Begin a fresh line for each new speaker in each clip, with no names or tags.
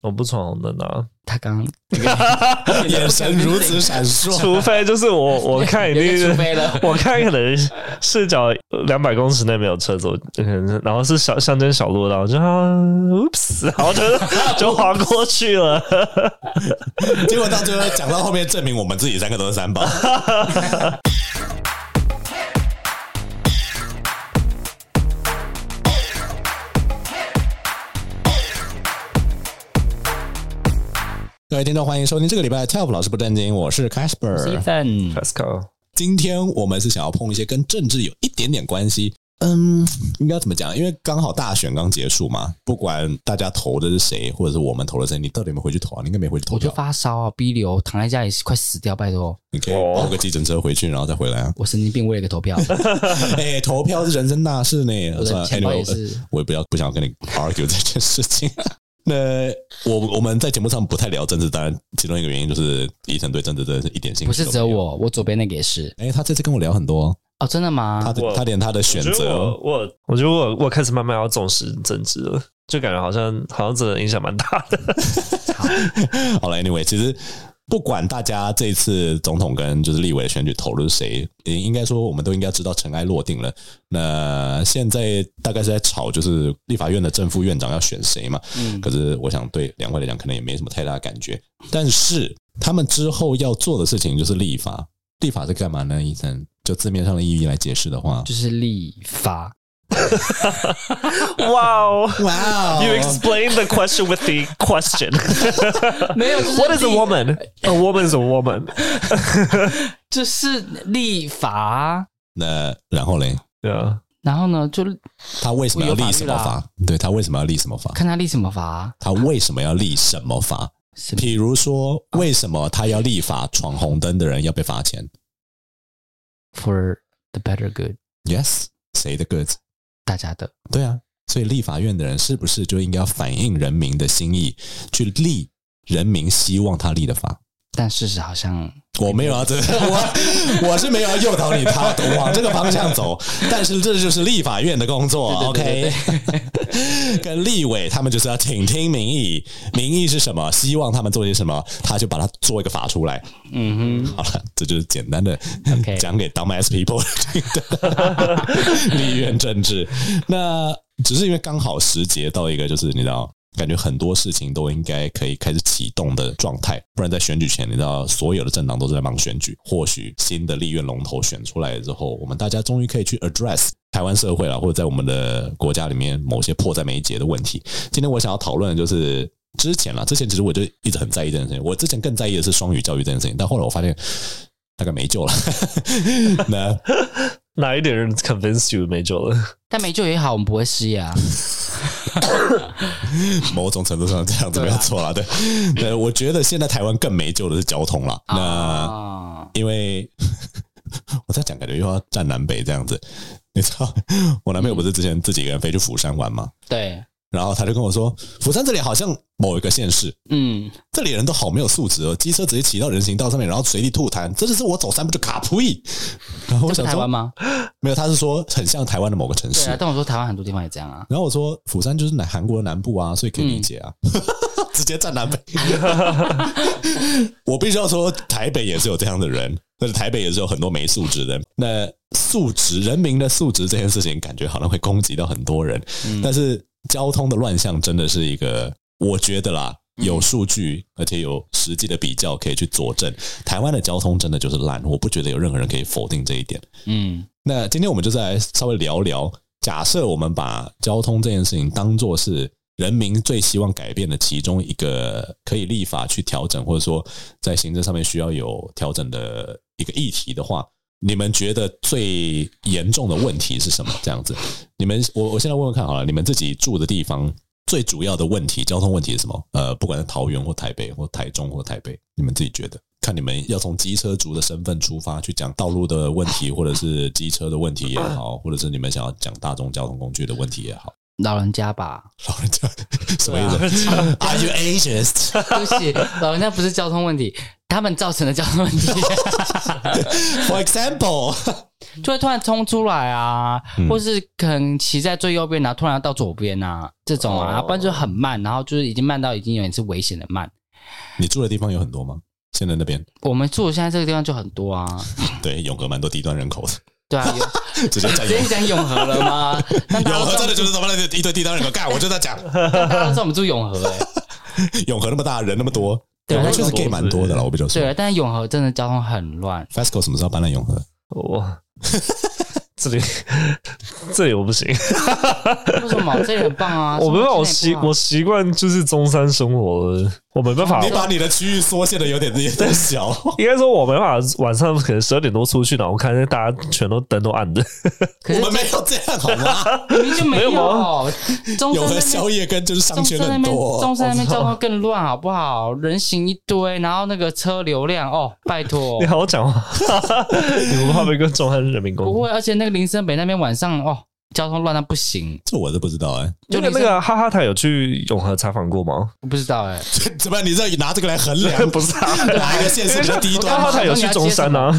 我不闯红灯的啊、
他刚
眼神如此闪烁，
除非就是 我我看一
有
定
点
是
出。飞了，
我看可能视角两百公尺内没有车子，我可能是然后是小乡间小路，然后就啊，oops，然后 就就滑过去了。
结果到最后讲到后面，证明我们自己三个都是三宝。 各位听众，欢迎收听这个礼拜的 TOP 老师不正经，我是 Casper。
Stephen，
Let's go，
今天我们是想要碰一些跟政治有一点点关系，嗯，应该怎么讲？因为刚好大选刚结束嘛，不管大家投的是谁，或者是我们投的谁，你到底有没有回去投啊？你应该没回去投
我就
票，
发烧啊，逼流，躺在家里快死掉，拜托，
你可以
哦
包个计程车回去，然后再回来啊。
我神经病，为了一个投 票，
哎、投票是人生大事呢。
我
算
的
了哎
钱包也
anyway，
是。
我也不要不想跟你 argue 这件事情。 那我我们在节目上不太聊政治，当然其中一个原因就是伊诚对政治真的是一点兴趣
不是只有
都没有。
我，我左边那个也是。
哎、他这次跟我聊很多，
哦，真的
他
吗？
的
我
他连他的选
我觉得
择
我，我我觉得我我开始慢慢要重视政治了，就感觉好像好像真的影响蛮大 的。
好了，anyway，其实不管大家这一次总统跟就是立委选举投的是谁，也应该说我们都应该知道尘埃落定了。那现在大概是在吵，就是立法院的正副院长要选谁嘛？
嗯
可是我想对两位来讲，可能也没什么太大的感觉。但是他们之后要做的事情就是立法，立法是干嘛呢？医生，就字面上的意义来解释的话，
就是立 法，
哇哦
哇
！You explain the question with the question.
没有
What is a woman? A woman is a woman.
就是立法。
那然后嘞，
Yeah.
然后呢，就
他为什么要立什么
我有法律
法？对他为什么要立什么法？
看他立什么法，
他为什么要立什么法？
什么
比如说，为什么他要立法闯红灯的人要被罚钱
for the better good，
？Yes，谁的 goods？
大家的。
对啊，所以立法院的人是不是就应该要反映人民的心意，去立人民希望他立的法？
但事实好像
我没有啊要这， 我我是没有要诱导你他往这个方向走，但是这就是立法院的工作
对对对
，OK？跟 立委他们就是要倾听民意，民意是什么，希望他们做些什么，他就把它做一个法出来。
嗯
好了，这就是简单的
OK
讲给 dumbass people 听 的立院政治。那只是因为刚好时节到一个，就是你知道。感觉很多事情都应该可以开始启动的状态，不然在选举前，你知道所有的政党都是在忙选举。或许新的立院龙头选出来之后，我们大家终于可以去 address 台湾社会了，或者在我们的国家里面某些迫在眉睫的问题。今天我想要讨论的就是之前啦，之前其实我就一直很在意这件事情，我之前更在意的是双语教育这件事情，但后来我发现大概没救了。 那
哪一点人 convince you 没救了？
但没救也好，我们不会失业啊。
某种程度上这样子没有错啦，对对，我觉得现在台湾更没救的是交通啦。 那
啊，
因为我在讲，感觉又要站南北这样子，你知道，我男朋友不是之前自己一个人飞去釜山玩嘛，
对，
然后他就跟我说，釜山这里好像某一个县市，
嗯，
这里人都好没有素质哦，机车直接骑到人行道上面，然后随地吐痰，这就是我走三步就卡呸。然后我
这不
想
台湾
说，
吗？
没有，他是说很像台湾的某个城
对
市
啊，。但我说台湾很多地方也这样啊。
然后我说釜山就是南韩国的南部啊，所以可以理解啊，
嗯
直接站南北。 我必须要说，台北也是有这样的人，但是台北也是有很多没素质的人。那素质，人民的素质这件事情，感觉好像会攻击到很多人。
嗯
但是交通的乱象真的是一个，我觉得啦。
嗯
有数据，而且有实际的比较可以去佐证，台湾的交通真的就是烂，我不觉得有任何人可以否定这一点。
嗯，
那今天我们就是来稍微聊聊，假设我们把交通这件事情当做是人民最希望改变的其中一个可以立法去调整，或者说在行政上面需要有调整的一个议题的话，你们觉得最严重的问题是什么？这样子，你们我我现在问问看好了，你们自己住的地方最主要的问题，交通问题是什么？呃，不管是桃园或台北或台中或台北，你们自己觉得？看你们要从机车族的身份出发去讲道路的问题，或者是机车的问题 也好，或者是你们想要讲大众交通工具的问题也好，
老人家吧，
老人家什 么
啊
意思、a r e you ageist？
对不 起，老人家不是交通问题，他们造成的交通问题。
For example，
就会突然冲出来啊，
嗯
或是可能骑在最右边，然后突然要到左边啊，这种啊，
哦
不然就很慢，然后就是已经慢到已经有点是危险的慢。
你住的地方有很多吗？现在那边
我们住的现在这个地方就很多啊，
对永和蛮多低端人口的，
对 啊，有
直接 占
直
永
接讲永和了 吗？但大家都
永和
知道
真的就是他妈的一堆低端人口，干我就在讲
但 大家都知道我们住永和哎、
永和那么大人那么多，
对
永和
那
确实
种
gay 蛮多的了，我比较说
对，啊但是永和真的交通很乱，
，FESCO 什么时候搬来永和？
我 这里这里我不行，
为什么？这里很棒 啊，
我没办法，我
这里
习
很棒啊
我习惯就是中山生活了，我没办法
你。把你的区域缩限的有点有点小，
应该说，我没办法晚上可能十二点多出去，然后看见大家全都灯都暗的，
可
我
是
们没有这样好吗？
明明就没
没有吗
有，中 山
永和
那边
宵夜跟就是商
中
圈
山那
很
边，
多，哦
中山那边交通更乱，好不好？人行一堆，然后那个车流量，哦，拜 托
你，好好讲话， 你不怕被跟中山人民
不
公？
会。而且那个林森北那边晚上，哦，交通乱到不行，
这我都不知道哎。
就
就
那
你是
个哈哈台有去永和采访过吗？
我不知道哎、
怎么样？你这拿这个来衡 量？
不是啊，
哪一个县市比较低
哈
端？
哈台有去中山啊，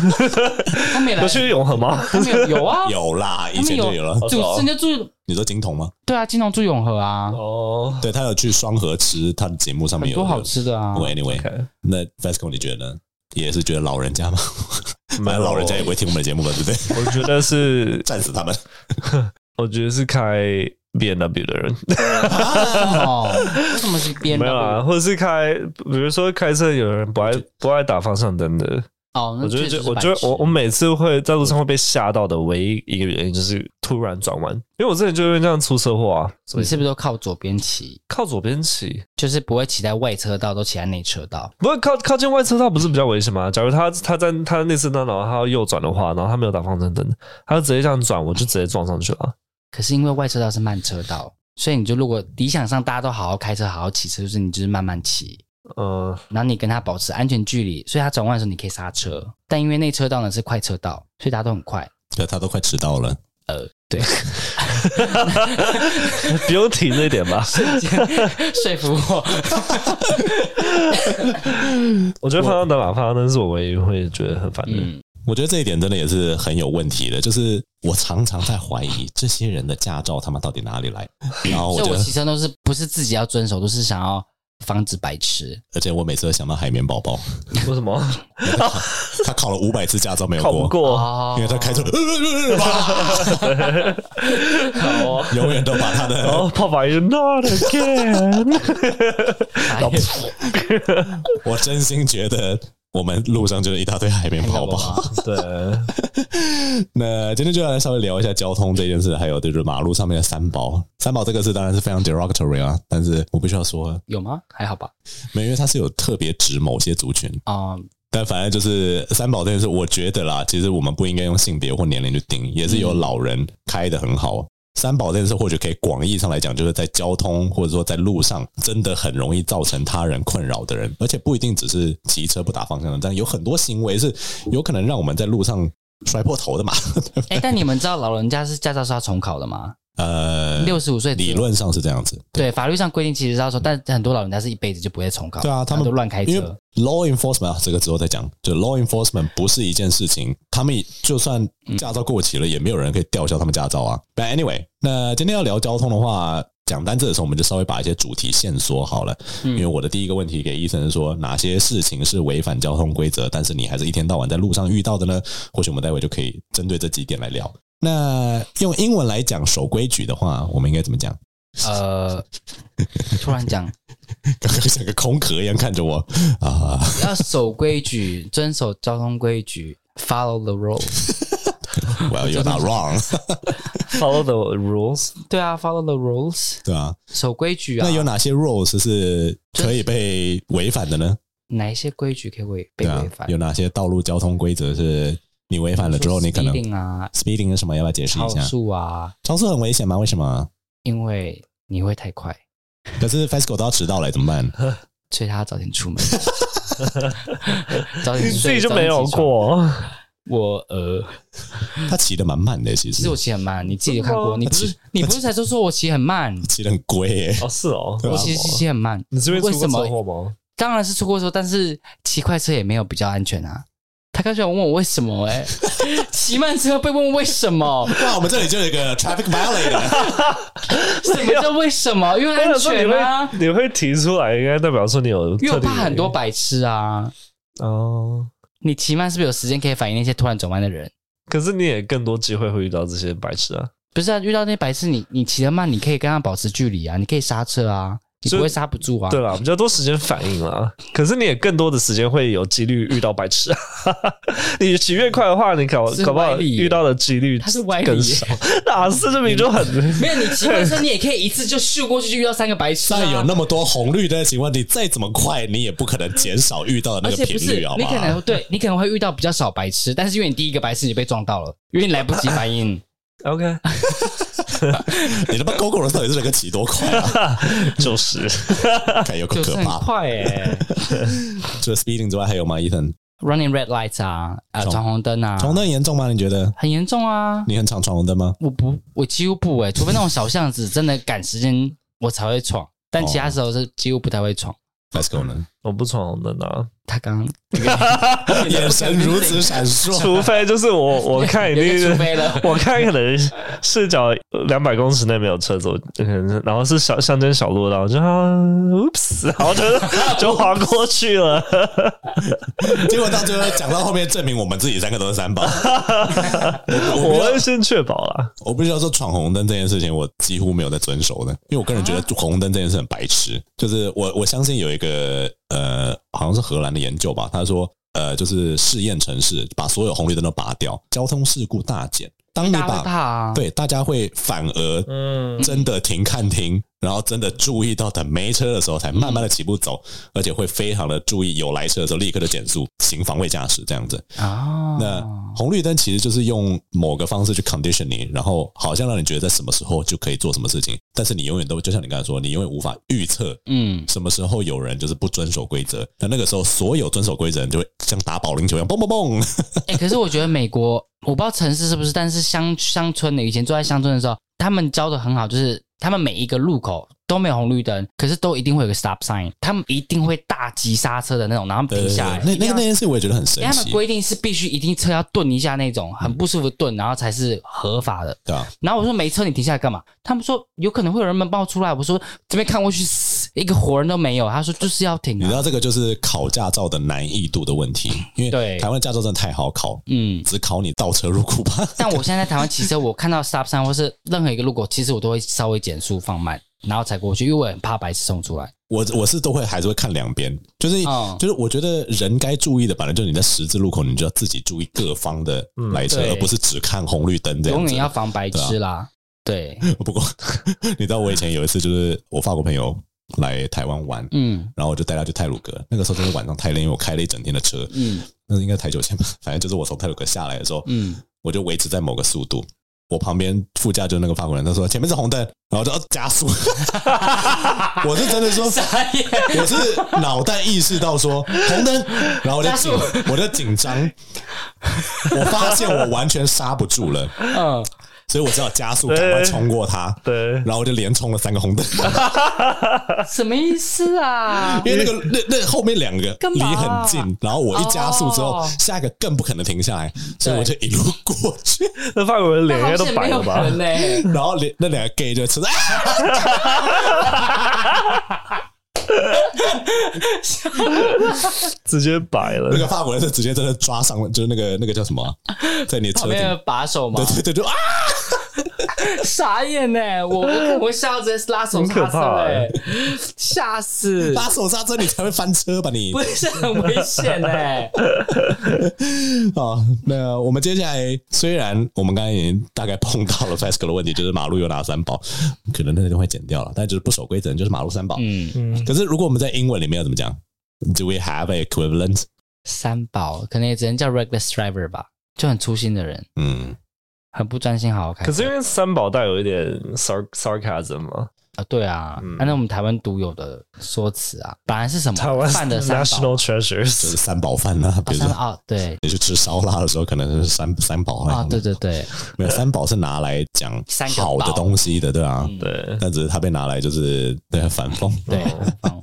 他们也 来
有，去永和吗？
他们有有啊，
有啦，以
他们
前就
有
有了。哦
主持人就住，
你说金童吗？
对啊，金龙住永和啊，
哦
对他有去双河吃，他的节目上面
很
有
多好。吃的啊
不。过 anyway，
，OK，
那 Vasco 你觉得呢？也是觉得老人家吗？
没
反
有
正老人家也不会听我们的节目吧，对不对？
我觉得是，
战死他们。
我觉得是开 B N W 的人，
哦，为什么是 编
没有啊啦，
的？
或者是开，比如说开车有人不爱不爱打方向灯的，
哦，那
我觉得
确实
就是我
白
觉得我
痴
我每次会在路上会被吓到的唯一一个原因就是突然转弯，因为我之前就因为这样出车祸啊，所
你
以
是不是都靠左边骑？
靠左边骑，
就是不会骑在外车道，都骑在内车道。
不过靠靠近外车道不是比较危险吗？假如他他在他在内侧道，然后他要右转的话，然后他没有打方向灯，他就直接这样转，我就直接撞上去了。
可是因为外车道是慢车道，所以你就如果理想上大家都好好开车、好好骑车，就是你就是慢慢骑，
呃，
然后你跟他保持安全距离，所以他转弯的时候你可以刹车。但因为内车道呢是快车道，所以大家都很快。
对，他都快迟到了。
不用提这一点 吧。
说服我，
我觉得方向灯吧，啊方向灯是我唯一会觉得很烦的。
嗯，
我觉得这一点真的也是很有问题的，就是我常常在怀疑这些人的驾照他们到底哪里 来。然哦后我
所以
觉
我
得，
骑车都是不是自己要遵守，都是想要防止白痴。
而且我每次都想到海绵宝 宝，
为什么
他考了五百次驾照没有
考不
过，
过？
哦
因为他开车、
哦
永远都把他的
然后泡法又 not again，
白痴
我真心觉得我们路上就是一大堆海绵宝宝。
对，
那今天就要来稍微聊一下交通这件事，还有就是马路上面的三宝。三宝这个字当然是非常 derogatory 啊，但是我必须要说，
有吗？还好吧。
没有因为它是有特别指某些族群。
哦、
但反正就是三宝这件事，我觉得啦，其实我们不应该用性别或年龄去定，也是
嗯
有老人开的很好。三宝这件事，或许可以广义上来讲，就是在交通或者说在路上，真的很容易造成他人困扰的人，而且不一定只是骑车不打方向灯，但有很多行为是有可能让我们在路上摔破头的嘛。
哎、但你们知道老人家是驾照是要重考的吗？
呃，
六十五岁之后
理论上是这样子，
对法律上规定其实是要说，但很多老人家是一辈子就不会重考，
对啊他们
都乱开
因为
车。
law enforcement 啊，这个之后再讲，就 law enforcement 不是一件事情，他们就算
嗯
驾照过期了，也没有人可以吊销他们驾照啊。But anyway，那今天要聊交通的话，讲单字的时候，我们就稍微把一些主题线索好了。
嗯
因为我的第一个问题给医生是说，哪些事情是违反交通规则，但是你还是一天到晚在路上遇到的呢？或许我们待会就可以针对这几点来聊。那用英文来讲守规矩的话，我们应该怎么讲？
呃， 突然讲
刚刚像个空壳一样看着我啊。
要守规矩，遵守交通规矩，follow the rules。
Well, you're not wrong，
follow the rules。
对啊，follow the rules，
对啊。
守规矩啊
那。有哪些 rules 是可以被违反的呢？
哪一些规矩可以违被
对啊
违反，？
有哪些道路交通规则是你违反了之后，你可能
说 speeding 啊，
speeding 是什么？要不要解释一
超
下？
速啊，
超速很危险吗？为什么？
因为你会太快，
可是 FESCO 都要迟到了，怎么办？
所以他要早点出门，早
你
点
自
睡
己就没有。过，
我呃，
他骑的蛮慢 的，其
其实
实
我骑很慢，你自己就看过，
真的吗
你不是你不是才说说我骑很慢，
骑的很龟耶。
哦，是哦，
我其实骑很慢。
你这边出
为
过
什么
车祸吗？
当然是出过车，但是骑快车也没有比较安全啊。他刚才问我为什 么、欸，哎，骑慢车被问为什么？
哇，我们这里就有一个 traffic 啊 violator，
什么叫为什么？因为
我
安
想说你
全啊！
会你会提出来，应该代表说你有特定
因
原因，
为我怕很多白痴啊。
哦。
你骑慢是不是有时间可以反应那些突然转弯的人？
可是你也更多机会会遇到这些白痴啊，
不是啊，遇到那些白痴，你你骑得慢，你可以跟他保持距离啊，你可以刹车啊，你
所以
不会刹不住啊。
对啦，比较多时间反应啦。可是你也更多的时间会有几率遇到白痴啊。 你骑越快的话，你搞
是
搞不好
歪理耶
遇到的几率
他是歪理耶
更少。 哪是这名就 很
没有，你骑慢车，你也可以一次就秀过去，就遇到三个白痴、啊。
再有那么多红绿灯的情况，你再怎么快，你也不可能减少遇到的
而
那个
且
频
不是
率，好
你
吗？
可能对你可能会遇到比较少白痴，但是因为你第一个白痴你被撞到了，因为你来不及反应。
OK，
你他妈 g o g o 到底是能够骑多快 啊？
就是
看有个
就是
可
很
怕。
快哎、
除了 speeding 之外，还有吗？伊藤，
r u n n i n g red lights 啊，呃，
闯
闯红灯啊，
闯灯严重吗？你觉得？
很严重啊。
你很常闯红灯吗？
我不，我几乎不哎、除非那种小巷子真的赶时间我才会闯，但
哦
其他时候是几乎不太会闯。
Let's go 呢？
我不闯红灯啊，
他刚
眼神如此闪烁，
除非就是我我看一
有
定
一个
是
除。非了，
我看可能视角两百公尺内没有车子，我可能是然后是小乡间小路，然后我就啊，oops，然后就 就滑过去了。
结果到最后讲到后面，证明我们自己三个都是三 宝。我
我会先确保啦，
我必须要说，闯红灯这件事情，我几乎没有在遵守的，因为我个人觉得红灯这件事很白痴。就是我我相信有一个呃，好像是荷兰的研究吧，他说呃，就是试验城市把所有红绿灯都拔掉，交通事故大减。当你
大会怕
把
啊。
对大家会反而
嗯，
真的停看停，然后真的注意到等没车的时候才慢慢的起步走，而且会非常的注意有来车的时候立刻的减速，行防卫驾驶这样子。
啊，
那红绿灯其实就是用某个方式去 condition 你，然后好像让你觉得在什么时候就可以做什么事情，但是你永远都就像你刚才说，你永远无法预测
嗯，
什么时候有人就是不遵守规则。那那个时候，所有遵守规则的人就会像打保龄球一样，蹦蹦蹦。
哎、可是我觉得美国，我不知道城市是不是，但是乡乡村的，以前住在乡村的时候，他们教的很好，就是他们每一个路口都没有红绿灯，可是都一定会有个 stop sign，他们一定会大急刹车的那种，然后停下来。
那那个那
因为
件事我也觉得很神
他们
奇，
规定是必须一定车要顿一下那种，很不舒服顿，然后才是合法的。
对吧？啊
然后我说没车你停下来干嘛？他们说有可能会有人们爆出来。我说这边看过去嘶一个活人都没有。他说就是要停、
你知
啊。
道这个就是考驾照的难易度的问题，因为
对
台湾驾照真的太好考，
嗯，
只考你倒车入库吧。
但我现在在台湾骑车，我看到 stop sign 或是任何一个路口，其实我都会稍微减速放慢，然后才过去，因为我很怕白痴冲出来。
我我是都会还是会看两边，就是、
嗯
哦
就是我觉得人该注意的，本来就是你在十字路口，你就要自己注意各方的来车，
对
而不是只看红绿灯这
永
样
远要
子。
防白
啊
痴啦。 对，
不过 你知道我以前有一次就是我法国朋友来台湾玩，
嗯
然后我就带他去泰鲁阁，那个时候真是晚上太累，因为我开了一整天的车，
嗯
那应该台九线吧，反正就是我从泰鲁阁下来的时候，
嗯，
我就维持在某个速度。我旁边副驾就是那个法国人，他说前面是红灯，然后我就、哦、加速。 我是真的说，
傻眼。
我是脑袋意识到说红灯，然后我就
加
紧
速，
我就紧张，我发现我完全刹不住了，
嗯，
所以我只好加速，赶快冲过他，
对，
然后我就连冲了三个红灯，
哎什么意思啊？
因为那个那那后面两个
干
离
嘛
很近，然后我一加速之后
哦，
下一个更不可能停下来，所以我就一路过去，
那法国人脸应该都白了吧？
呢、
然后连那两个 gay 就吃啊，
直接白
那
了。
个法国人是直接真的抓上，就是那个那个叫什么啊，在你的
旁
车顶
边，的把手嘛
对，对对，就啊。
傻眼呢、我我我笑直接拉手
很可
刹车
怕欸
哎、吓死！
拉手刹车你才会翻车吧你？
不是很危 险哎、
好，哦那我们接下来虽然我们刚才已经大概碰到了 FESCO 的问题，就是马路有哪三宝，可能那个就会剪掉了，但就是不守规则就是马路三宝。
嗯，
嗯，
可是如果我们在英文里面要怎么讲？Do we have a equivalent？
三宝可能也只能叫 reckless driver 吧，就很粗心的人，
嗯，
很不专心好好开车。
可是因为三宝带有一点 sar sarcasm 嘛，
啊，对啊，
嗯
按照我们台湾独有的说辞啊，本来是什
台
么
湾
饭的三宝
national
就
treasures，
是三宝饭啊，
啊，
比如
三
说
宝啊，对
你去吃烧腊的时候，可能是三三宝
啊，对对对，
没有三宝是拿来讲
三个
好的
宝
东西的，对啊，
嗯
对
但只是它被拿来就是对反讽。
对，嗯
哦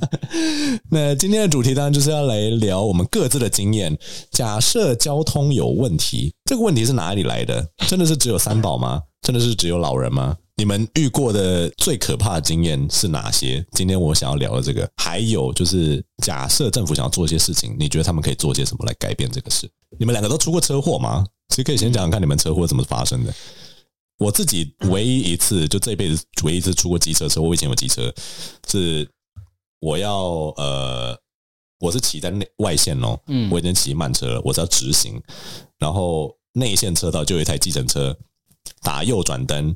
那今天的主题当然就是要来聊我们各自的经验。假设交通有问题，这个问题是哪里来的？真的是只有三宝吗？真的是只有老人吗？你们遇过的最可怕的经验是哪些？今天我想要聊的这个，还有就是，假设政府想要做一些事情，你觉得他们可以做些什么来改变这个事？你们两个都出过车祸吗？其实可以先讲讲看你们车祸怎么发生的。我自己唯一一次，就这辈子唯一一次出过机车车祸，我以前有机车，是我要呃，我是骑在内外线哦，
嗯
我已经骑慢车了，我是要直行，然后内线车道就有一台计程车打右转灯，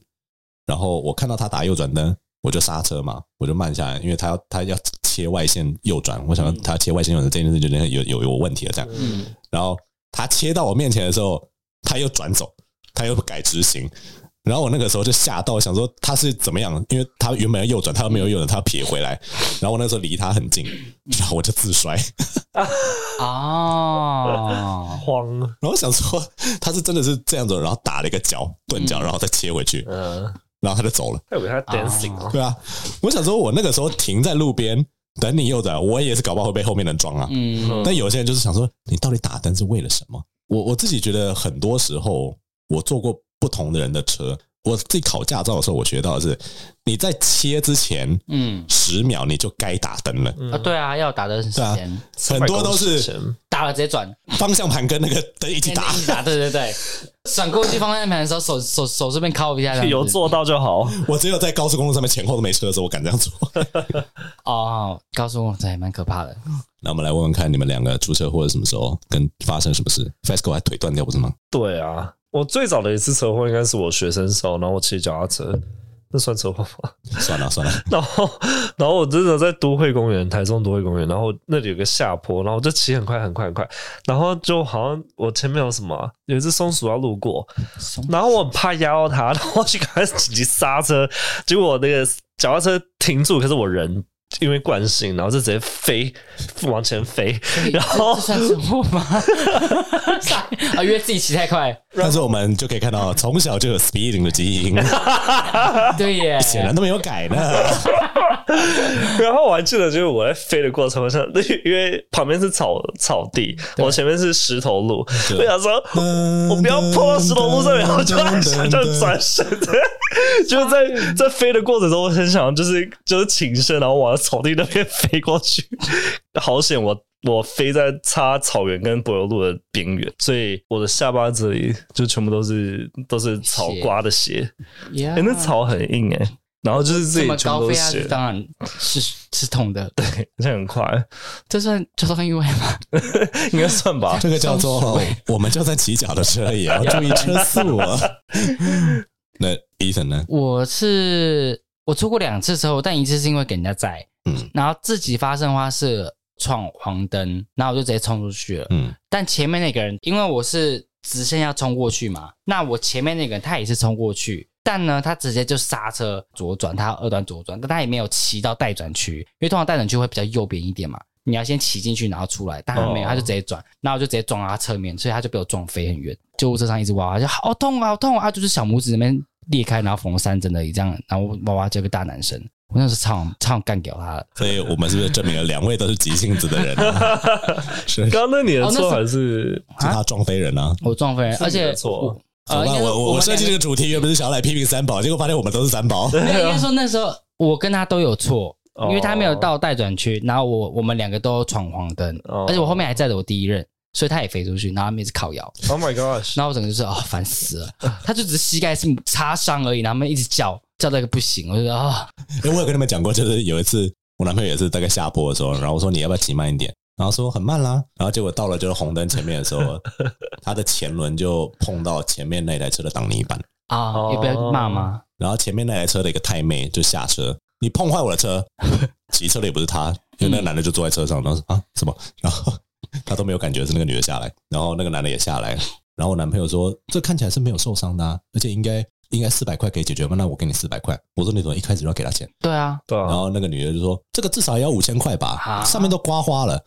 然后我看到他打右转灯，我就刹车嘛，我就慢下来，因为他要他要切外线右转，我想到他切外线右转这件事就觉得有有有问题了这样，
嗯，
然后他切到我面前的时候，他又转走，他又改直行。然后我那个时候就吓到，想说他是怎么样？因为他原本要右转，他又没有右转，他要撇回来。然后我那时候离他很近，然后我就自摔。
哦，
慌，
然后想说他是真的是这样子，然后打了一个脚顿脚，然后再切回去，
嗯，
然后他就走了。
他以为他 dancing
哦
哦，
对啊，我想说我那个时候停在路边等你右转，我也是搞不好会被后面人撞啊。
嗯，
但有些人就是想说，你到底打灯是为了什么？我我自己觉得很多时候，我坐过不同的人的车，我自己考驾照的时候，我学到的是，你在切之前
嗯，
十秒你就该打灯了，
嗯
啊，对啊，要打的时间，
很多都是
打了直接转，
方向盘跟那个灯一起打。
一打，对对对， 转过去方向盘的时候，手手手这边靠一下，这样子
有做到就好。
我只有在高速公路上面前后都没车的时候，我敢这样做。
哦，告诉我，这还蛮可怕的。
那我们来问问看，你们两个出车祸是什么时候，跟发生什么事？FESCO 还腿断掉不是吗？
对啊，我最早的一次车祸应该是我学生时候，然后我骑脚踏车，那算车祸吗？
算了算了，
然后，然后我真的在都会公园，台中都会公园，然后那里有个下坡，然后我就骑很快很快很快，然后就好像我前面有什么啊、有一只松鼠要路过，
松
然后我很怕压到它，然后我就赶快紧急刹车，结果我那个脚踏车停住，可是我人。因为惯性，然后就直接飞，往前飞，然后
这算生活吗？ 啊，因为自己骑太快，
但是我们就可以看到，从小就有 speeding 的 基因，
对耶，
显然都没有改呢。
然后我还记得，就是我在飞的过程，我想， 因为旁边是草草地，我前面是石头路，
对
我想说， 我不要碰到石头路上面，我就按下就转身， 就在在飞的过程中，我很想就是就是请身，然后往草地那边飞过去， 好险我。我飞在擦草原跟柏油路的边缘，所以我的下巴这里就全部都是都是草刮的血， 哎、
Yeah
那草很硬哎、然后就是自
这
己
么
全部
高
都
飞
是
下去，
血，
当然是是痛的。
而且很快，
这算交通意外吗？
应该算吧。
这个叫做我们就算骑脚的车也要注意车速 啊。那 Ethan 呢？
我是我出过两次车祸，但一次是因为给人家载，
嗯
然后自己发生的话是闯黄灯，然后我就直接冲出去了。
嗯
但前面那个人，因为我是直线要冲过去嘛，那我前面那个人他也是冲过去，但呢，他直接就刹车左转，他二段左转，但他也没有骑到待转区，因为通常待转区会比较右边一点嘛，你要先骑进去然后出来，但他没有，
哦
他就直接转，然后我就直接撞到他侧面，所以他就被我撞飞很远，救护车上一直哇哇叫，好痛啊，好痛啊，啊就是小拇指那边裂开，然后缝三针而已，这样，然后哇哇叫个大男生，我那时候差点差点干掉他了。
所以我们是不是证明了两位都是急性子的人、 啊？是是
刚刚那你的
哦那
错
是
还是
哦
他撞飞人啊！
我撞飞人，而
是你的
且
错啊
我呃
怎么
应
办？
该说
我我
们
我设
两
计
个
这个主题原本是想要来批评三宝，结果发现我们都是三宝。
没有，应该说那时候我跟他都有错，
哦
因为他没有到待转区，然后我我们两个都闯黄灯，
哦
而且我后面还载着我第一任，所以他也飞出去，然后他们一直靠摇，
？Oh my gosh！
然后我整个就是哦烦死了，他就只是膝盖是擦伤而已，然后他们一直叫叫到一个不行，我就说啊、
因为我有跟你们讲过，就是有一次我男朋友也是大概下坡的时候，然后我说你要不要骑慢一点，然后说很慢啦，然后结果到了就是红灯前面的时候，他的前轮就碰到前面那台车的挡泥板，
啊，也不要骂吗？
然后前面那台车的一个太妹就下车，你碰坏我的车， 骑车的也不是他，因为那个男的就坐在车上，然后说啊什么，然后他都没有感觉是那个女的下来，然后那个男的也下来，然后我男朋友说这看起来是没有受伤的、啊，而且应该应该四百块可以解决吗？那我给你四百块。我说你怎么一开始就要给他钱？
对啊，
对
然
啊，
后那个女的就说：“这个至少也要五千块吧
啊，
上面都刮花了。”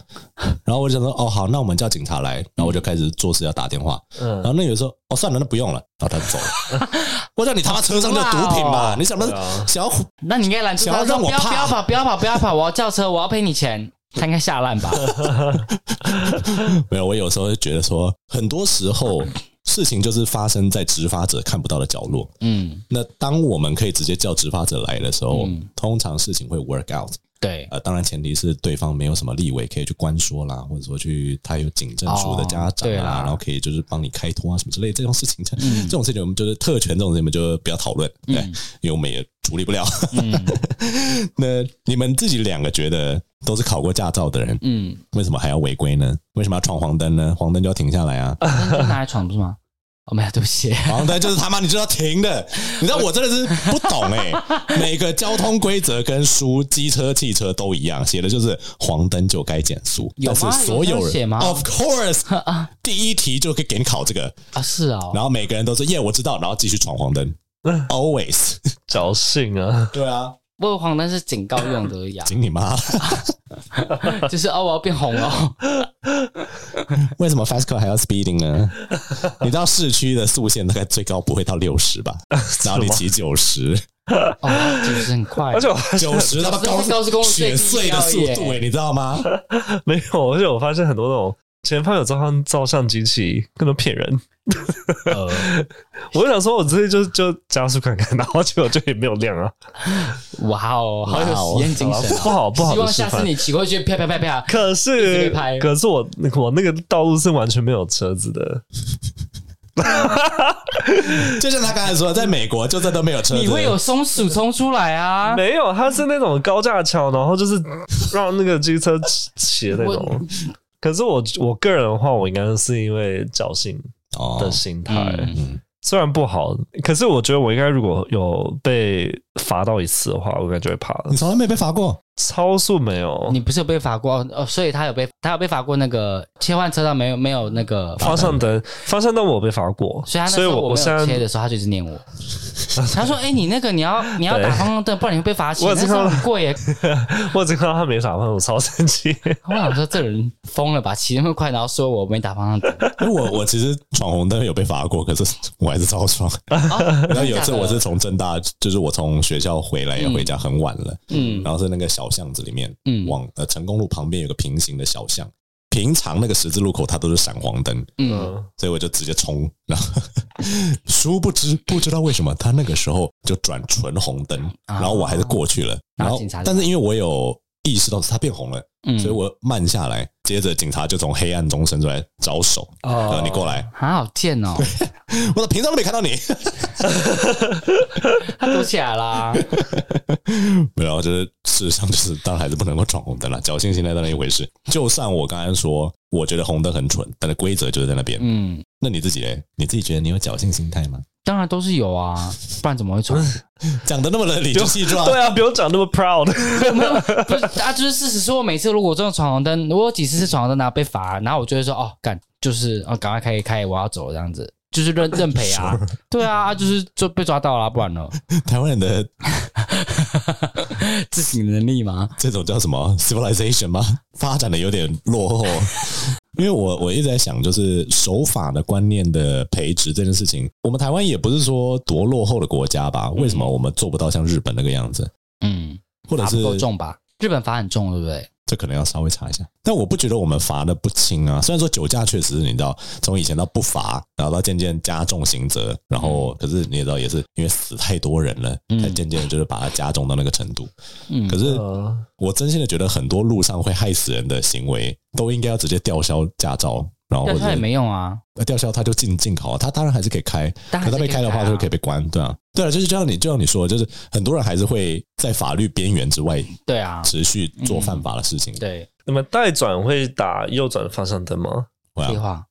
然后我就想说：“哦，好，那我们叫警察来。”然后我就开始做事要打电话。然
嗯，
后那女的说：“哦，算了，那不用了。”然后她就走了。我叫你他妈车上的毒品
哇
嘛
哦！
你想不
对啊
想要
那你应该拦住
想
他
要
说
让
不
我
要不
怕
要跑不要跑不要跑，我要叫车，我要赔你钱，他应该吓烂 吧？
没有？我有时候就觉得说，很多时候事情就是发生在执法者看不到的角落。
嗯，
那当我们可以直接叫执法者来的时候，
嗯
通常事情会 work out。
对，
呃，当然前提是对方没有什么立委可以去关说啦，或者说去他有警政署的家
哦
长
对
啊，
啦
然后可以就是帮你开脱啊什么之类这种事情， 这种事情我们就是特权这种事情我们就不要讨论，对，
嗯
因为我们也处理不了。
嗯
那你们自己两个觉得都是考过驾照的人，
嗯，
为什么还要违规呢？为什么要闯黄灯呢？黄灯就要停下来啊！
那就拿来闯不是吗？哦，没有，对不 起，
黄灯就是他妈你就要停的， 你知道我真的是不懂 哎、每个交通规则跟书、机车、汽车都一样，写的就是黄灯就该减速，
有
但
吗
是所
有这样写
人啊
吗
，of course，第一题就可以给你考这个，
啊，是哦，
然后每个人都是耶我知道，然后继续闯黄 灯，always，
侥幸啊，
对啊，
不过黄灯是警告用的而已啊，
顶你妈！
就是哦，我要变红了，
为什么 fast car 还要 speeding 呢？你到市区的速限大概最高不会到六十 吧，然后你骑九十，
哦，就是很快
而，且我发现
九十他妈高
高速公路最
雪
低
碎的速
标
度、
耶
欸，你知道吗？
没有，而且我发现很多那种前方有照相照相机器，根本骗 人。
呃，
我就想说，我直接就就加速看看，然后结果就也没有亮啊。
哇哦，好有实验精神啊，
不好不好
希
的
望
示
下次
范
你骑过去，啪啪啪啪，
可
直
是
接拍
可是我我那个道路是完全没有车子的，
就像他刚才说，在美国就算都没有车子，
你会有松鼠冲出来啊！
没有，它是那种高架桥，然后就是让那个机车骑骑的那
我
种。可是我我个人的话，我应该是因为侥幸的
哦，
心态，
嗯，
虽然不好，可是我觉得我应该如果有被罚到一次的话，我应该就会怕了
你。从来没被罚过，
超速没有
你，不是有被罚过哦哦，所以他有被他有被罚过那个切换车道没有没有那个，
方向灯方向灯我被罚过，
所以他那
所以
时候
我
我没
现
有切
在
的时候，他就一直念我。他说：“哎、你那个你要你要打方向灯，不然你会被罚钱。
我
那
知
时
道
候很贵耶。
我只看到他没打方，我超生气。
我想说这人疯了吧，骑那么快，然后说我没打方向 灯。
因为我我其实闯红灯有被罚过，可是我还是超爽。
哦、
然后有一
真的假
次
的
我是从正大，就是我从学校回来也回家很晚了，
嗯
然后是那个小巷子里面，
嗯
往呃成功路旁边有个平行的小巷，平常那个十字路口它都是闪黄灯，
嗯，
嗯，
所以我就直接冲，然后殊不知不知道为什么他那个时候就转纯红灯，
啊
然后我还是过去了，
然
然
后
后
警察就
但是因为我有意识到他变红了，
嗯
所以我慢下来，接着警察就从黑暗中伸出来招手，
哦
呃，你过来，
啊，好贱 哦，
我说平常都没看到你，
他躲起来啦。
嗯
然后就是事实上就是当然还是不能够闯红灯了，侥幸心态当然一回事。就算我刚才说，我觉得红灯很蠢，但是规则就是在那边，
嗯，
那你自己嘞？你自己觉得你有侥幸心态 吗？
当然都是有啊，不然怎么会闯？
讲的那么的理直气壮，
对啊，不用讲那么 proud。
不是啊，就是事实是我每次如果真的闯红灯，我有几次是闯红灯然后被罚，然后我就会说哦，干，就是啊，赶快开开，我要走了这样子，就是 认认赔啊，对啊，啊就是就被抓到了，不然呢，
台湾人的
自省能力嘛，
这种叫什么 civilization 吗？发展的有点落后。 因为我我一直在想，就是守法的观念的培植这件事情，我们台湾也不是说多落后的国家吧？为什么我们做不到像日本那个样子？
嗯，
或者
罚
是
不够重吧？日本罚很重，对不对？
这可能要稍微查一下。但我不觉得我们罚的不轻啊。虽然说酒驾确实你知道，从以前到不罚，然后到渐渐加重刑责，然后可是你也知道，也是因为死太多人了，
嗯
才渐渐地就是把它加重到那个程度。
嗯，
可是
嗯
我真心的觉得，很多路上会害死人的行为，都应该要直接吊销驾照，然后或
但
者
他也没用啊，
呃吊销他就进进考，啊他当然还是可以开，
当
可
然
他被开的话就可以
以
被关，对啊，对啊，就是就像你就像你说的，就是很多人还是会在法律边缘之外
啊，对啊，
持续做犯法的事情，
对，
你们带转会打右转方向灯吗？
对啊
废话，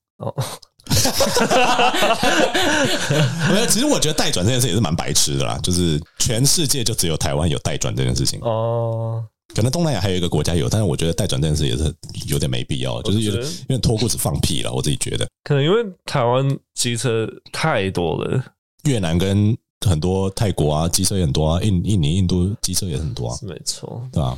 没有，其实我觉得代转这件事也是蛮白痴的啦，就是全世界就只有台湾有代转这件事情，
哦，
可能东南亚还有一个国家有，但是我觉得代转这件事也是有点没必要，就是有
我觉
点
得
有点脱裤子放屁了，我自己觉得。
可能因为台湾机车太多了，
越南跟很多泰国啊，机车也很多啊，印印尼、印度机车也很多啊，
是没错，
对吧、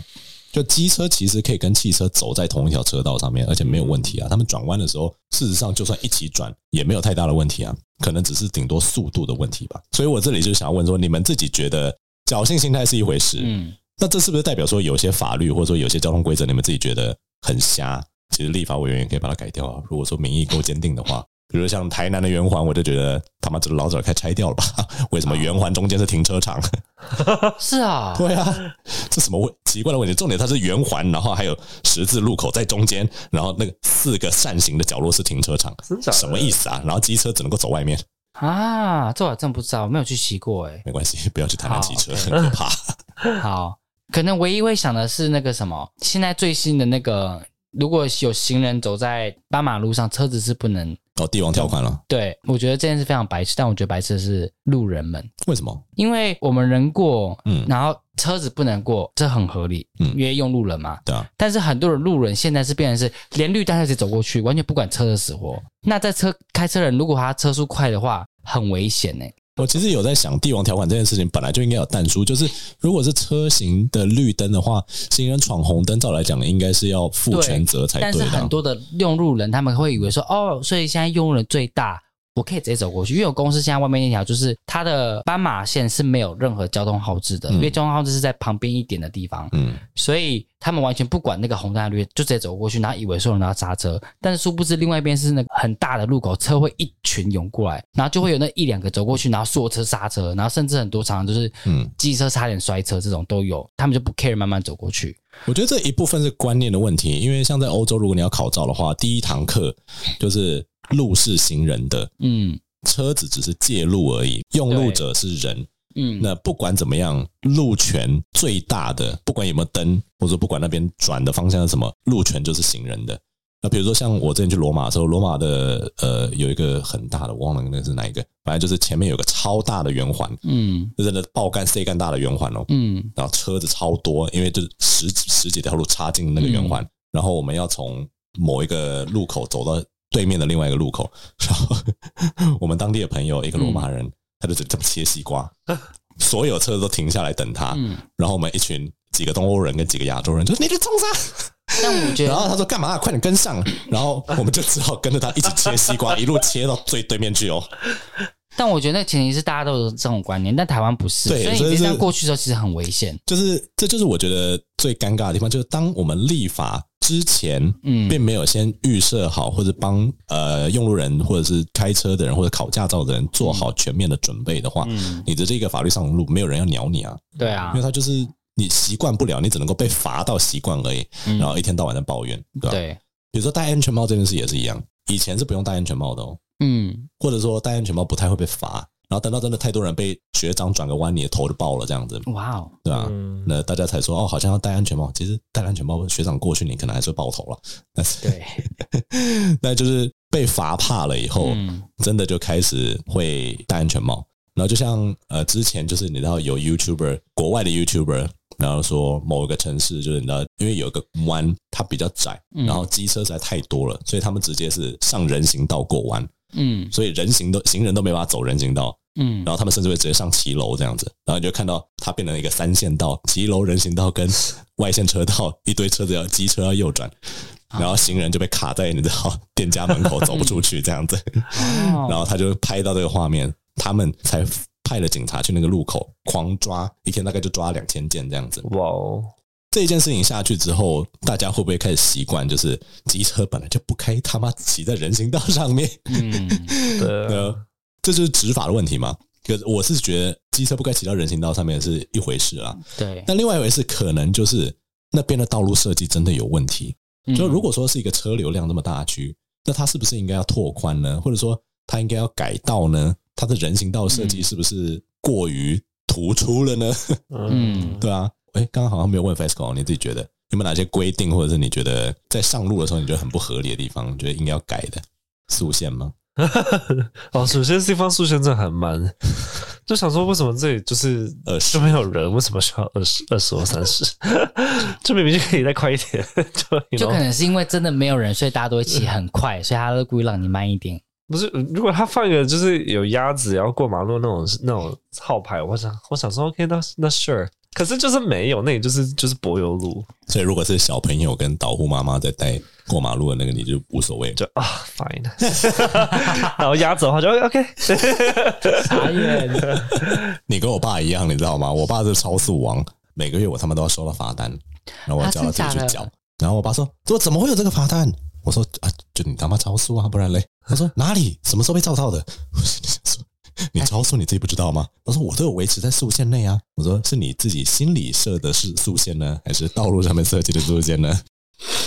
就机车其实可以跟汽车走在同一条车道上面，而且没有问题啊。他们转弯的时候，事实上就算一起转也没有太大的问题啊，可能只是顶多速度的问题吧。所以我这里就想要问说，你们自己觉得侥幸心态是一回事，
嗯，
那这是不是代表说有些法律或者说有些交通规则，你们自己觉得很瞎？其实立法委员也可以把它改掉啊。如果说民意够坚定的话，比如像台南的圆环，我就觉得他妈这老早该拆掉了吧？ 为什么圆环中间是停车场？
是 啊，
对啊，这什么问奇怪的问题？重点它是圆环，然后还有十字路口在中间，然后那个四个扇形的角落是停车场，
真假的
什么意？思啊？然后机车只能够走外面，
啊，这我还真不知道，我没有去骑过哎、
没关系，不要去台南
好
骑车，
OK
很 可怕。
好，可能唯一会想的是那个什么，现在最新的那个，如果有行人走在斑马路上，车子是不能。
哦，帝王条款了，
对，我觉得这件事非常白痴，但我觉得白痴的是路人们，
为什么？
因为我们人过，
嗯
然后车子不能过，这很合理，
嗯
因为用路人嘛。
对啊，
但是很多的路人现在是变成是连绿灯直接走过去，完全不管车的死活。那在车开车人，如果他车速快的话，很危险欸呢、
我其实有在想，帝王条款这件事情本来就应该有淡出，就是如果是车型的绿灯的话，行人闯红灯，照来讲应该是要负
对
全责才
但
对
是
的啊。
很多的用路人他们会以为说，哦，所以现在用路人最大，我可以直接走过去，因为我公司现在外面那条就是它的斑马线是没有任何交通号志的，
嗯
因为交通号志是在旁边一点的地方，
嗯，
所以他们完全不管那个红灯绿，就直接走过去，然后以为所有人都要刹车，但是殊不知另外一边是那个很大的路口，车会一群涌过来，然后就会有那一两个走过去，然后所有车刹车，然后甚至很多常常就是，
嗯
嗯，机车差点摔车这种都有，他们就不 care，慢慢走过去。
我觉得这一部分是观念的问题，因为像在欧洲，如果你要考照的话，第一堂课就是路是行人的，
嗯
车子只是借路而已，用路者是人。
嗯，
那不管怎么样，路权最大的，不管有没有灯，或者不管那边转的方向是什么，路权就是行人的。那比如说像我之前去罗马的时候，罗马的呃有一个很大的，我忘了那个是哪一个，反正就是前面有个超大的圆环，
嗯
就真的爆干 C 干大的圆环哦，
嗯。
然后车子超多，因为就是十十几条路插进那个圆环，然后我们要从某一个路口走到对面的另外一个路口， 然后我们当地的朋友一个罗马人，他就这么切西瓜，所有车都停下来等他，
嗯，
然后我们一群几个东欧人跟几个亚洲人就说你去冲啥？
但我觉
然后
得，
他说干嘛、啊快点跟上！然后我们就只好跟着他一起切西瓜，一路切到最对面去哦。
但我觉得那前提是大家都有这种观念，但台湾不是，
对
所以你
所以
直接这
是
样过去的时候其实很危险。
就是这就是我觉得最尴尬的地方，就是当我们立法之前，
嗯
并没有先预设好，或者帮呃用路人或者是开车的人或者考驾照的人做好全面的准备的话，
嗯，
你的这个法律上的路没有人要鸟你啊，
对啊
因为，他就是你习惯不了，你只能够被罚到习惯而已，
嗯
然后一天到晚在抱怨，对吧？
对，
比如说戴安全帽这件事也是一样，以前是不用戴安全帽的哦，
嗯
或者说戴安全帽不太会被罚，然后等到真的太多人被学长转个弯，你的头就爆了这样子，
哇哦，
对吧？
嗯，
那大家才说哦，好像要戴安全帽。其实戴安全帽，学长过去你可能还是会爆头了。但是，
对，
那就是被罚怕了以后，
嗯
真的就开始会戴安全帽。然后就像呃，之前就是你知道有 YouTuber 国外的 YouTuber，然后说某个城市就是你知道，因为有个弯它比较窄，
嗯
然后机车实在太多了，所以他们直接是上人行道过弯，
嗯
所以人行都行人都没办法走人行道，
嗯
然后他们甚至会直接上骑楼这样子，然后你就看到它变成一个三线道，骑楼、人行道跟外线车道，一堆车子要机车要右转，然后行人就被卡在你知道店家门口走不出去这样子，然
哦，
后他就拍到这个画面，他们才派了警察去那个路口狂抓，一天大概就抓两千件这样子。
哇哦，
这件事情下去之后，大家会不会开始习惯，就是机车本来就不开，他妈骑在人行道上面？
嗯
对啊，
呃，这就是执法的问题嘛。可是我是觉得机车不该骑到人行道上面是一回事啦，
对，
但另外一回事可能就是那边的道路设计真的有问题。就如
果
果说是一个车流量那么大的区，那它是不是应该要拓宽呢？或者说它应该要改道呢？它的人行道设计是不是过于突出了呢？
嗯
对啊，哎，刚刚好像没有问 FESCO，你自己哦觉得有没有哪些规定，或者是你觉得在上路的时候你觉得很不合理的地方，你觉得应该要改的速线吗？
哦，首先地方速线真的很慢，就想说为什么这里就是
二十
就没有人，为什么需要二十二十或三十？ 这明明就可以再快一点，就 you
就可
know，
能是因为真的没有人，所以大家都会骑很快，所以他都故意让你慢一点。
不是，如果他放一个就是有鸭子然后过马路那种那种号牌，我想我想说 OK，那那 sure，可是就是没有，那也就是就是柏油路，
所以如果是小朋友跟导护妈妈在带过马路的那个，你就无所谓。
就啊 fine，然后鸭子的话就 OK，
傻 眼，
你跟我爸一样，你知道吗？我爸是超速王，每个月我他妈都要收到罚单，然后我
啊
叫他自己
真假
去
的
缴。然后我爸说：“怎么怎么会有这个罚单？”我说：“啊，就你他妈超速啊，不然嘞？”他说：“哪里？什么时候被照到的？”我说：“你超速你自己不知道吗？”他说：“我都有维持在速限内啊。”我说：“是你自己心里设的是速限呢，还是道路上面设计的速限呢？”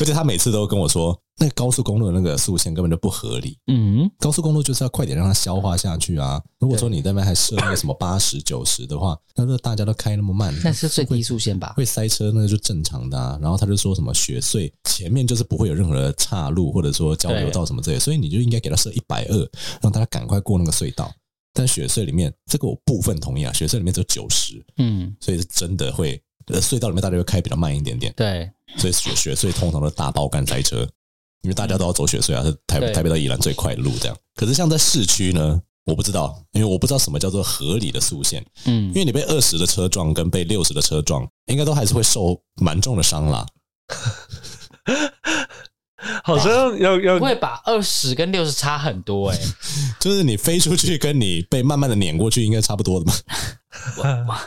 而且他每次都跟我说，那个高速公路的那个速限根本就不合理。
嗯，
高速公路就是要快点让它消化下去啊！如果说你那边还设那个什么八十九十的话，那就大家都开那么慢，
那是最低速线吧？
会塞车，那就正常的啊。然后他就说什么雪隧前面就是不会有任何的岔路，或者说交流道什么之类的，所以你就应该给他设一百二，让大家赶快过那个隧道。但雪隧里面，这个我部分同意啊，雪隧里面只有九十，
嗯，
所以是真的会。呃，隧道里面大家会开比较慢一点点，
对，
所以雪雪隧通常都大爆干塞车，因为大家都要走雪隧啊，是台
对
台北到宜兰最快的路这样。可是像在市区呢，我不知道，因为我不知道什么叫做合理的速限，
嗯
因，为你被二十的车撞跟被六十的车撞，应该都还是会受蛮重的伤啦。
好像要要
不会吧？二十跟六十差很多哎、
就是你飞出去跟你被慢慢的碾过去，应该差不多的嘛。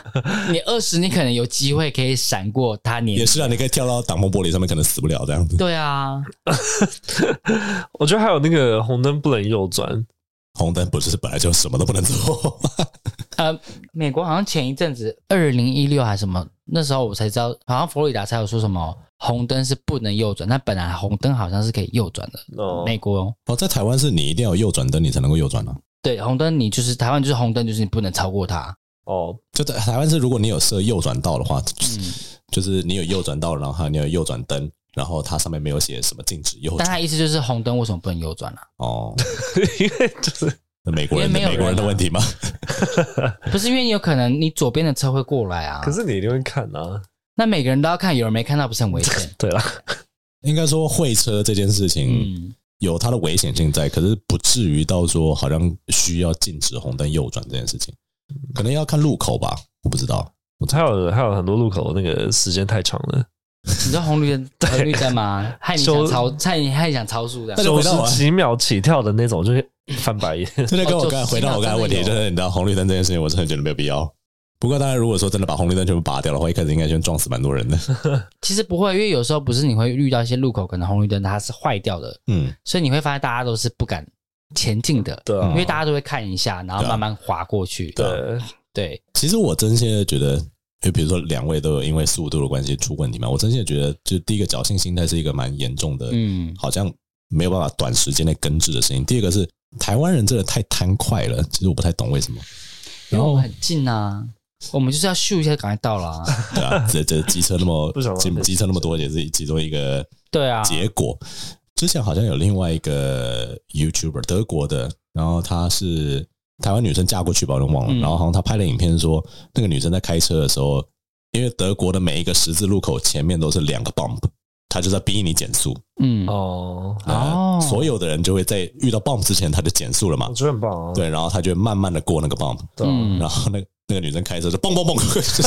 你二十，你可能有机会可以闪过他年。
也是啊，你可以跳到挡风玻璃上面，可能死不了这样子。
对啊，
我觉得还有那个红灯不能右转，
红灯不是本来就什么都不能做，
呃，美国好像前一阵子二零一六还是什么，那时候我才知道，好像佛罗里达才有说什么红灯是不能右转，但本来红灯好像是可以右转的。
哦，
美国哦
哦，在台湾是你一定要有右转灯，你才能够右转啊。
对红灯，你就是台湾就是红灯，就是你不能超过它。
哦，
就在台湾是，如果你有设右转道的话，就是
嗯
就是你有右转道，然后还有你有右转灯，然后它上面没有写什么禁止右
但
转
他意思就是红灯为什么不能右转啊？
哦，
因为就是
那美国人
因
的
为没有
美国人的
人啊
问题吗？
不是因为有可能你左边的车会过来啊。
可是你一定会看啊，
那每个人都要看，有人没看到不是很危险？
对啦，
应该说会车这件事情
嗯，
有它的危险性在，可是不至于到说好像需要禁止红灯右转这件事情，可能要看路口吧，我不知道。
还有还有很多路口那个时间太长了，
你知道红绿灯红绿灯吗？害你想
就
超，害你害你想超速的
那。就
九
回到啊
十
我
几秒起跳的那种，就会翻白 眼。
这就跟我刚才
哦就
回到我刚才问题，
真的
就
有
是你知道红绿灯这件事情，我真的觉得没有必要。不过当然，如果说真的把红绿灯全部拔掉的话，一开始应该先撞死蛮多人的。
其实不会，因为有时候不是你会遇到一些路口，可能红绿灯它是坏掉的，
嗯，
所以你会发现大家都是不敢前进的，
对啊
因为大家都会看一下，然后慢慢滑过去。
啊
对，
对，
其实我真心的觉得，就比如说两位都有因为速度的关系出问题嘛，我真心的觉得，就第一个侥幸心态是一个蛮严重的，
嗯，
好像没有办法短时间内根治的事情。第二个是台湾人真的太贪快了，其实我不太懂为什么。
因
然
为我
后
们很近啊，我们就是要咻一下赶快到了啊。
对啊，这这机车那么
不想浪
机
费
机车那么多也是其中一个
对啊，
结果。之前好像有另外一个 YouTuber 德国的，然后她是台湾女生嫁过去吧，我都忘了。
嗯
然后好像她拍了影片说，那个女生在开车的时候，因为德国的每一个十字路口前面都是两个 bump，她就在逼你减速。
嗯，
哦，
呃
哦
所有的人就会在遇到 bump 之前，她就减速了嘛
我。觉得很棒啊。
对，然后她就会慢慢的过那个 bump，
对啊，
嗯
然后那个 那个女生开车就蹦蹦蹦 就是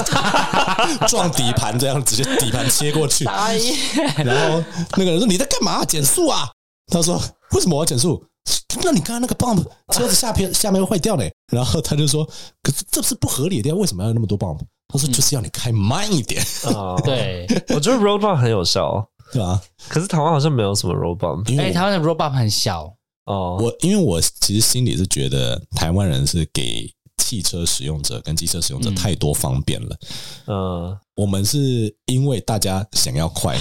撞底盘，这样直接底盘切过去。
傻眼，
然后那个人说：“你在干嘛、减速啊！”他说：“为什么我要减速？那你刚刚那个 bump 车子下边下面会坏掉呢。”然后他就说：“可是这是不合理的呀，为什么要有那么多 bump？” 他说：“就是要你开慢一
嗯
点，
啊，
对，
我觉得 road bump 很有效，啊
对吧、
可是台湾好像没有什么 road bump
因
哎，
为
台湾的 robot 很小，
哦。
我我因为我其实心里是觉得台湾人是给汽车使用者跟机车使用者
嗯
太多方便了。
嗯，
我们是因为大家想要快，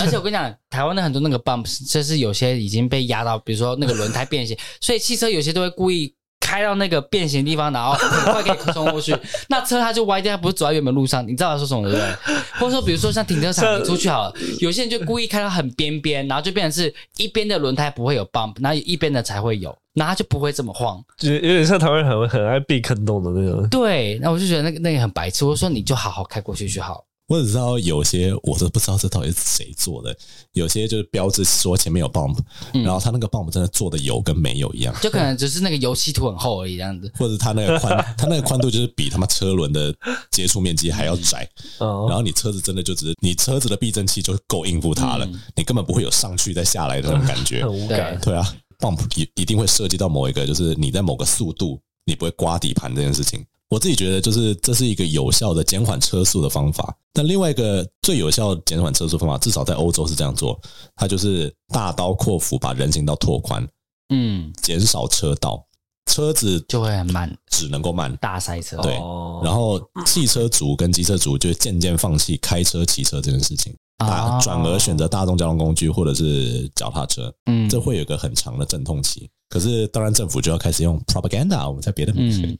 而且我跟你讲，台湾的很多那个 bump，就是有些已经被压到，比如说那个轮胎变形，所以汽车有些都会故意开到那个变形的地方，然后很快可以冲过去。那车它就歪掉，它不是走在原本路上，你知道我在说什么对不对？或者说，比如说像停车场，
这
你出去好了，有些人就故意开到很边边，然后就变成是一边的轮胎不会有 bump，然后一边的才会有，然后它就不会这么晃。
就有点像台湾人很很爱避坑洞的那种。
对，那我就觉得那个那个很白痴，我说你就好好开过去就好。
我只知道有些我都不知道这到底是谁做的，有些就是标志说前面有 bump，、然后他那个 bump 真的做的有跟没有一 样，
嗯就可能只是那个油漆涂很厚而已这样子。
或者他那个宽，他那个宽度就是比他妈车轮的接触面积还要窄，然
嗯，
后你车子真的就只是你车子的避震器就够应付它了，你根本不会有上去再下来的那种感觉
很。无感。
嗯 对啊，bump 一一定会涉及到某一个，就是你在某个速度你不会刮底盘这件事情。我自己觉得，就是这是一个有效的减缓车速的方法。但另外一个最有效的减缓车速方法，至少在欧洲是这样做，它就是大刀阔斧把人行道拓宽，
嗯，
减少车道，车子
就会很慢，
只能够慢。
大塞车。
对
哦
然后汽车族跟机车族就渐渐放弃开车、骑车这件事情，大
哦
转而选择大众交通工具或者是脚踏车。
嗯
这会有一个很长的阵痛期。可是，当然政府就要开始用 propaganda，我们在别的、
嗯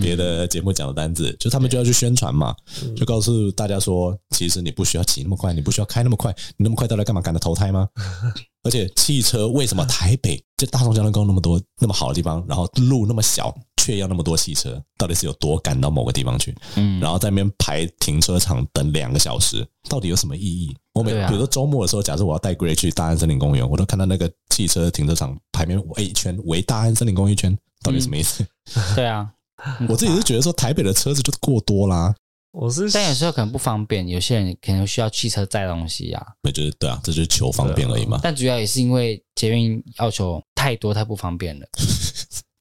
别的节目讲的单字，就他们就要去宣传嘛，就告诉大家说，其实你不需要骑那么快，你不需要开那么快，你那么快到底干嘛？赶着投胎吗？而且汽车为什么台北就大众交通工具那么多那么好的地方，然后路那么小，却要那么多汽车，到底是有多赶到某个地方去？
嗯
然后在那边排停车场等两个小时，到底有什么意义？我每、
对啊
比如说周末的时候，假设我要带 Gray 去大安森林公园，我都看到那个汽车停车场排面围一圈，围大安森林公园一圈，到底什么意思？
对啊，
我自己是觉得说，台北的车子就过多啦，
我是
但有时候可能不方便，有些人可能需要汽车载东西啊。
那就是对啊，这就是求方便而已嘛。
但主要也是因为捷运要求太多，太不方便了。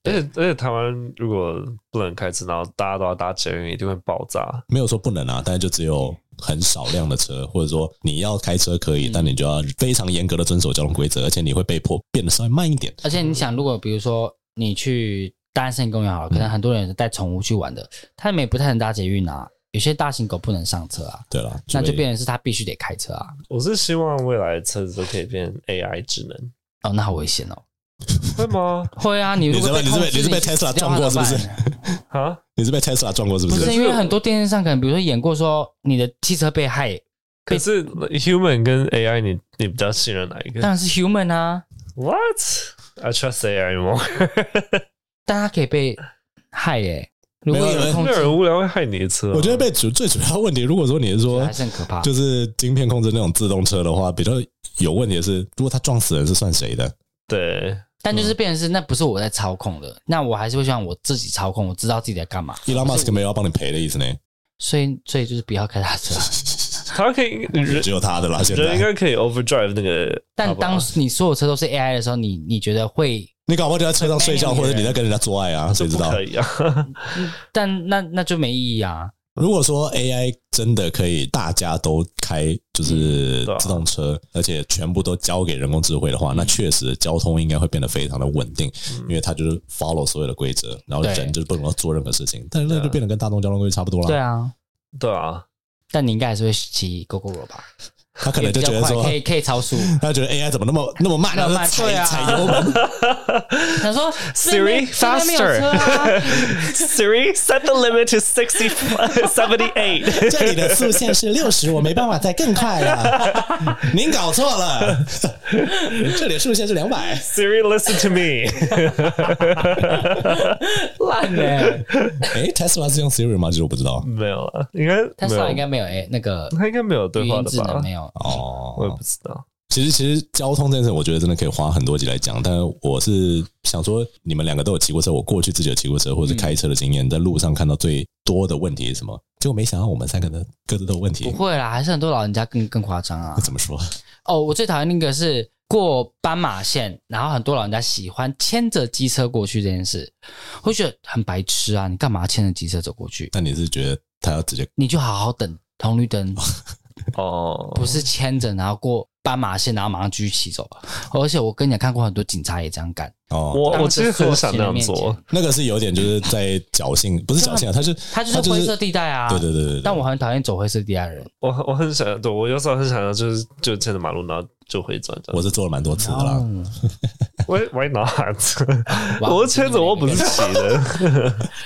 而且而且台湾如果不能开车，然后大家都要搭捷运，一定会爆炸。
没有说不能啊，但是就只有很少量的车，或者说你要开车可以，但你就要非常严格的遵守交通规则，而且你会被迫变得稍微慢一点。
而且你想，如果比如说你去大安森林公园好了，可
嗯
能很多人是带宠物去玩的，他们也不太能搭捷运啊。有些大型狗不能上车啊，
对了，
那就
会
变成是他必须得开车啊。
我是希望未来车子都可以变 AI 智能，
哦，那好危险哦。
会吗？
会啊，你如果
你是被
控制
你是被
自己
Tesla
死掉的
撞过
话
是不
怎么办
啊，
你是被 Tesla 撞过是不
不
是？
是因为很多电视上可能比如说演过说你的汽车被害，
可是 human 跟 AI，你你比较信任哪一个
当然是 human 啊，
？What？I trust AI more。
但它可以被害耶、如果
没有
有人
人
控
没
制
有，人无聊会害你的车啊、
我觉得被主最主要问题，如果说你是说
还是很啊可怕。
就是晶片控制那种自动车的话，比较有问题的是，如果它撞死人是算谁的？
对，
但就是变成是那不是我在操控的，那我还是会希望我自己操控，我知道自己在干嘛。
伊拉马斯克没有要帮你赔的 意思呢，
所以所以就是不要开大车啊。
他可以人
只有他的啦。现
人应
在
该可以 overdrive 那个。
但当
时
时你所有车都是 AI 的时候，你你觉得会？
你搞不好就在车上睡觉，
没有
或
人
者你在跟人家做爱啊，谁知道
可？以啊？
但那那就没意义啊。
如果说 AI 真的可以大家都开就是
对啊嗯
自动车，而且全部都交给人工智慧的话，那确实交通应该会变得非常的稳定，因为它就是 follow 所有的规则，然后
对
人就是不能够做任何事情，但是
啊
那就变得跟大众交通工具差不多了。
对啊，
对 啊，
但你应该还是会骑 GoGo 吧？
他可能就觉
比
得
较
说
快可，以可以超速。
他觉得 AI 怎么那么那么慢，
那
然
么
后
慢对
踩
啊
踩油 门，
他说
Siri,
这边没有车啊
Siri set the limit to sixty seventy eight。
这里的速限是六十，我没办法再更快了。您搞错了， 这里的速限是两百。
Siri, listen to me。
烂嘞！
哎，Tesla 是用 Siri 吗？其实我不知道。
没有了，应该
他
没
手
有
应该没有哎，那个
他应该没有对
语
话
音
的
智能
吧
没？有。
我也
哦
不，知道。
其实其实交通这件事，我觉得真的可以花很多集来讲。但我是想说，你们两个都有骑过车，我过去自己有骑过车或者是开车的经验，在路上看到最多的问题是什么？结果没想到我们三个的各自都有问
不
题。
会啦，还是很多老人家更更夸 张啊
那。怎么说？
哦，我最讨厌那个是过斑马线，然后很多老人家喜欢牵着机车过去这件事，会觉得很白痴啊！你干嘛牵着机车走过去？
那你是觉得他要直接
你就好好等红绿灯，
哦，
不是牵着然后过斑马线，然后马上继续骑走。啊而且我跟你讲，看过很多警察也这样干。
哦？
我我其实很想那样做
当着所有行人面前，
那个是有点就是在侥幸，不是侥 幸啊，他是
他就是灰色地带啊。
对对对对对
但我很讨厌走灰色地带的人。
我我很想，对我有时候很想要，就是就牵着马路，然后就回转这样。
我是做了蛮多次的啦。
嗯
Why Why not？
哇
我牵着我不是骑的，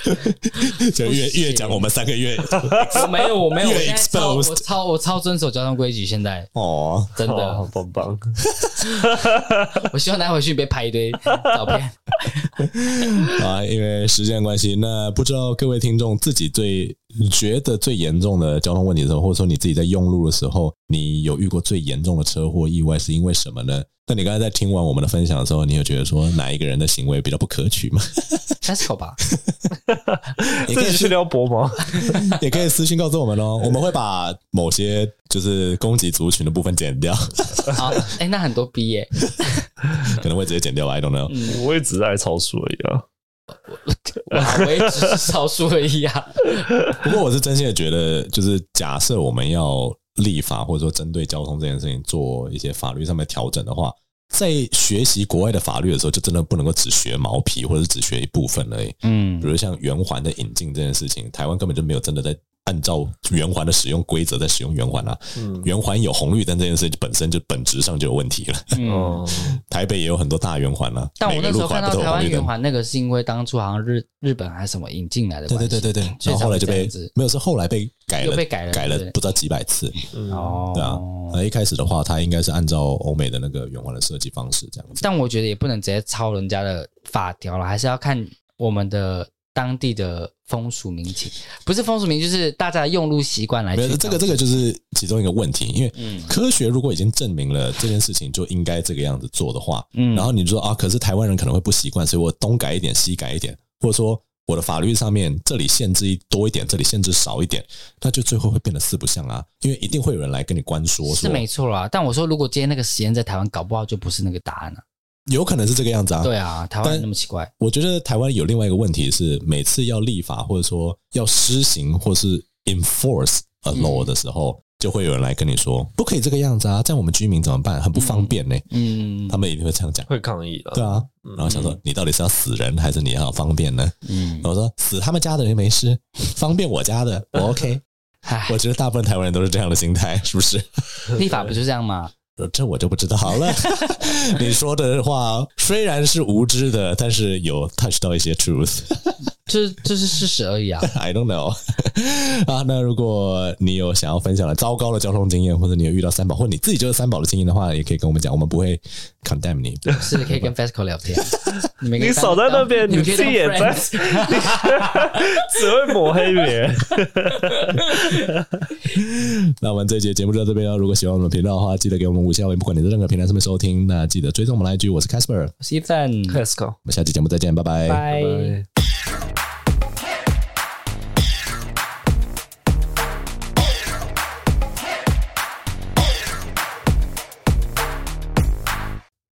就越越讲我们三个 月
我 没有，我没有，我
越
现在超我
exposed
超我超遵守交通规矩，现在
哦，
真的。
哦好棒棒。
我希望他回去被拍一堆照片。
啊，因为时间关系，那不知道各位听众自己最你觉得最严重的交通问题的时候，或者说你自己在用路的时候，你有遇过最严重的车祸意外是因为什么呢？那你刚才在听完我们的分享的时候，你有觉得说 哪一个人的行为比较不可取吗？
Tesco 吧，
自
也可以
己去
私
撩拨吗？
也可以私信告诉我们哦，我们会把某些就是攻击族群的部分剪掉，
好，哎，那很多 B 耶，
可能会直接剪掉吧，I don't know。
嗯，
我也只是爱超速而已啊。
哇，我也只是少数而已啊。
不过我是真心的觉得，就是假设我们要立法或者说针对交通这件事情做一些法律上面调整的话，在学习国外的法律的时候，就真的不能够只学毛皮或者只学一部分而已。比
嗯，
如像圆环的引进这件事情，台湾根本就没有真的在按照圆环的使用规则在使用圆环啊。
嗯，
圆环有红绿灯这件事情本身就本质上就有问题了。
嗯。
哦，
台北也有很多大圆环啊，
但
每
我
个
那时
路
候
口还
看
不
到
都有
台
红
湾
绿
圆
灯。
环那个，是因为当初好像日日本还是什么引进来的
对
关
对
系，
对对对，
所
然
以
后后来就
才会
被
这样子
没有是后来被改了，
又被改了
改了
对
不知道几百次。
嗯
嗯
对啊
哦，，
那一开始的话，它应该是按照欧美的那个圆环的设计方式这样子。
但我觉得也不能直接抄人家的法条了，还是要看我们的当地的风俗民情，不是风俗民，就是大家的用路习惯来去
没有
调整。
这个这个就是其中一个问题，因为
嗯
科学如果已经证明了这件事情就应该这个样子做的话，
嗯
然后你就说啊，可是台湾人可能会不习惯，所以我东改一点，西改一点，或者说我的法律上面这里限制一多一点，这里限制少一点，那就最后会变得四不像啊，因为一定会有人来跟你关说说，
是没错啦。但我说，如果今天那个实验在台湾，搞不好就不是那个答案了。啊
有可能是这个样子啊，
对啊，台湾
但
那么奇怪，
我觉得台湾有另外一个问题是，每次要立法或者说要施行或是 enforce
嗯
a law 的时候，就会有人来跟你说不可以这个样子啊，这样我们居民怎么办？很不方便呢、
嗯
他们一定会这样讲，
会抗议的。
对啊。
嗯
然后想说，你到底是要死人还是你要方便呢？
嗯
然，后说死他们家的人没事，方便我家的我 OK。
唉，
我觉得大部分台湾人都是这样的心态，是不 是？
立法不就这样吗？
这我就不知道 了。你说的话虽然是无知的，但是有 touch 到一些 truth。
这这是事实而 已啊。
I don't know 啊。那如果你有想要分享的糟糕的交通经验，或者你有遇到三宝，或者你自己就是三宝的经验的话，也可以跟我们讲，我们不会 condemn 你。
是可以跟 FESCO 聊天，你们可以
你
当
少在那边，
当
你
们可以
自
当
己也在，
friends
你只会抹黑别人。
那我们这一节节目就到这边哦了。如果喜欢我们的频道的话，记得给我们五星好评，不管你在任何平台上面收听，那记得追踪我们来 IG。我是 Casper，我
我是 Ethan，
Let's go，
们下期节目再见，拜拜
拜。
拜。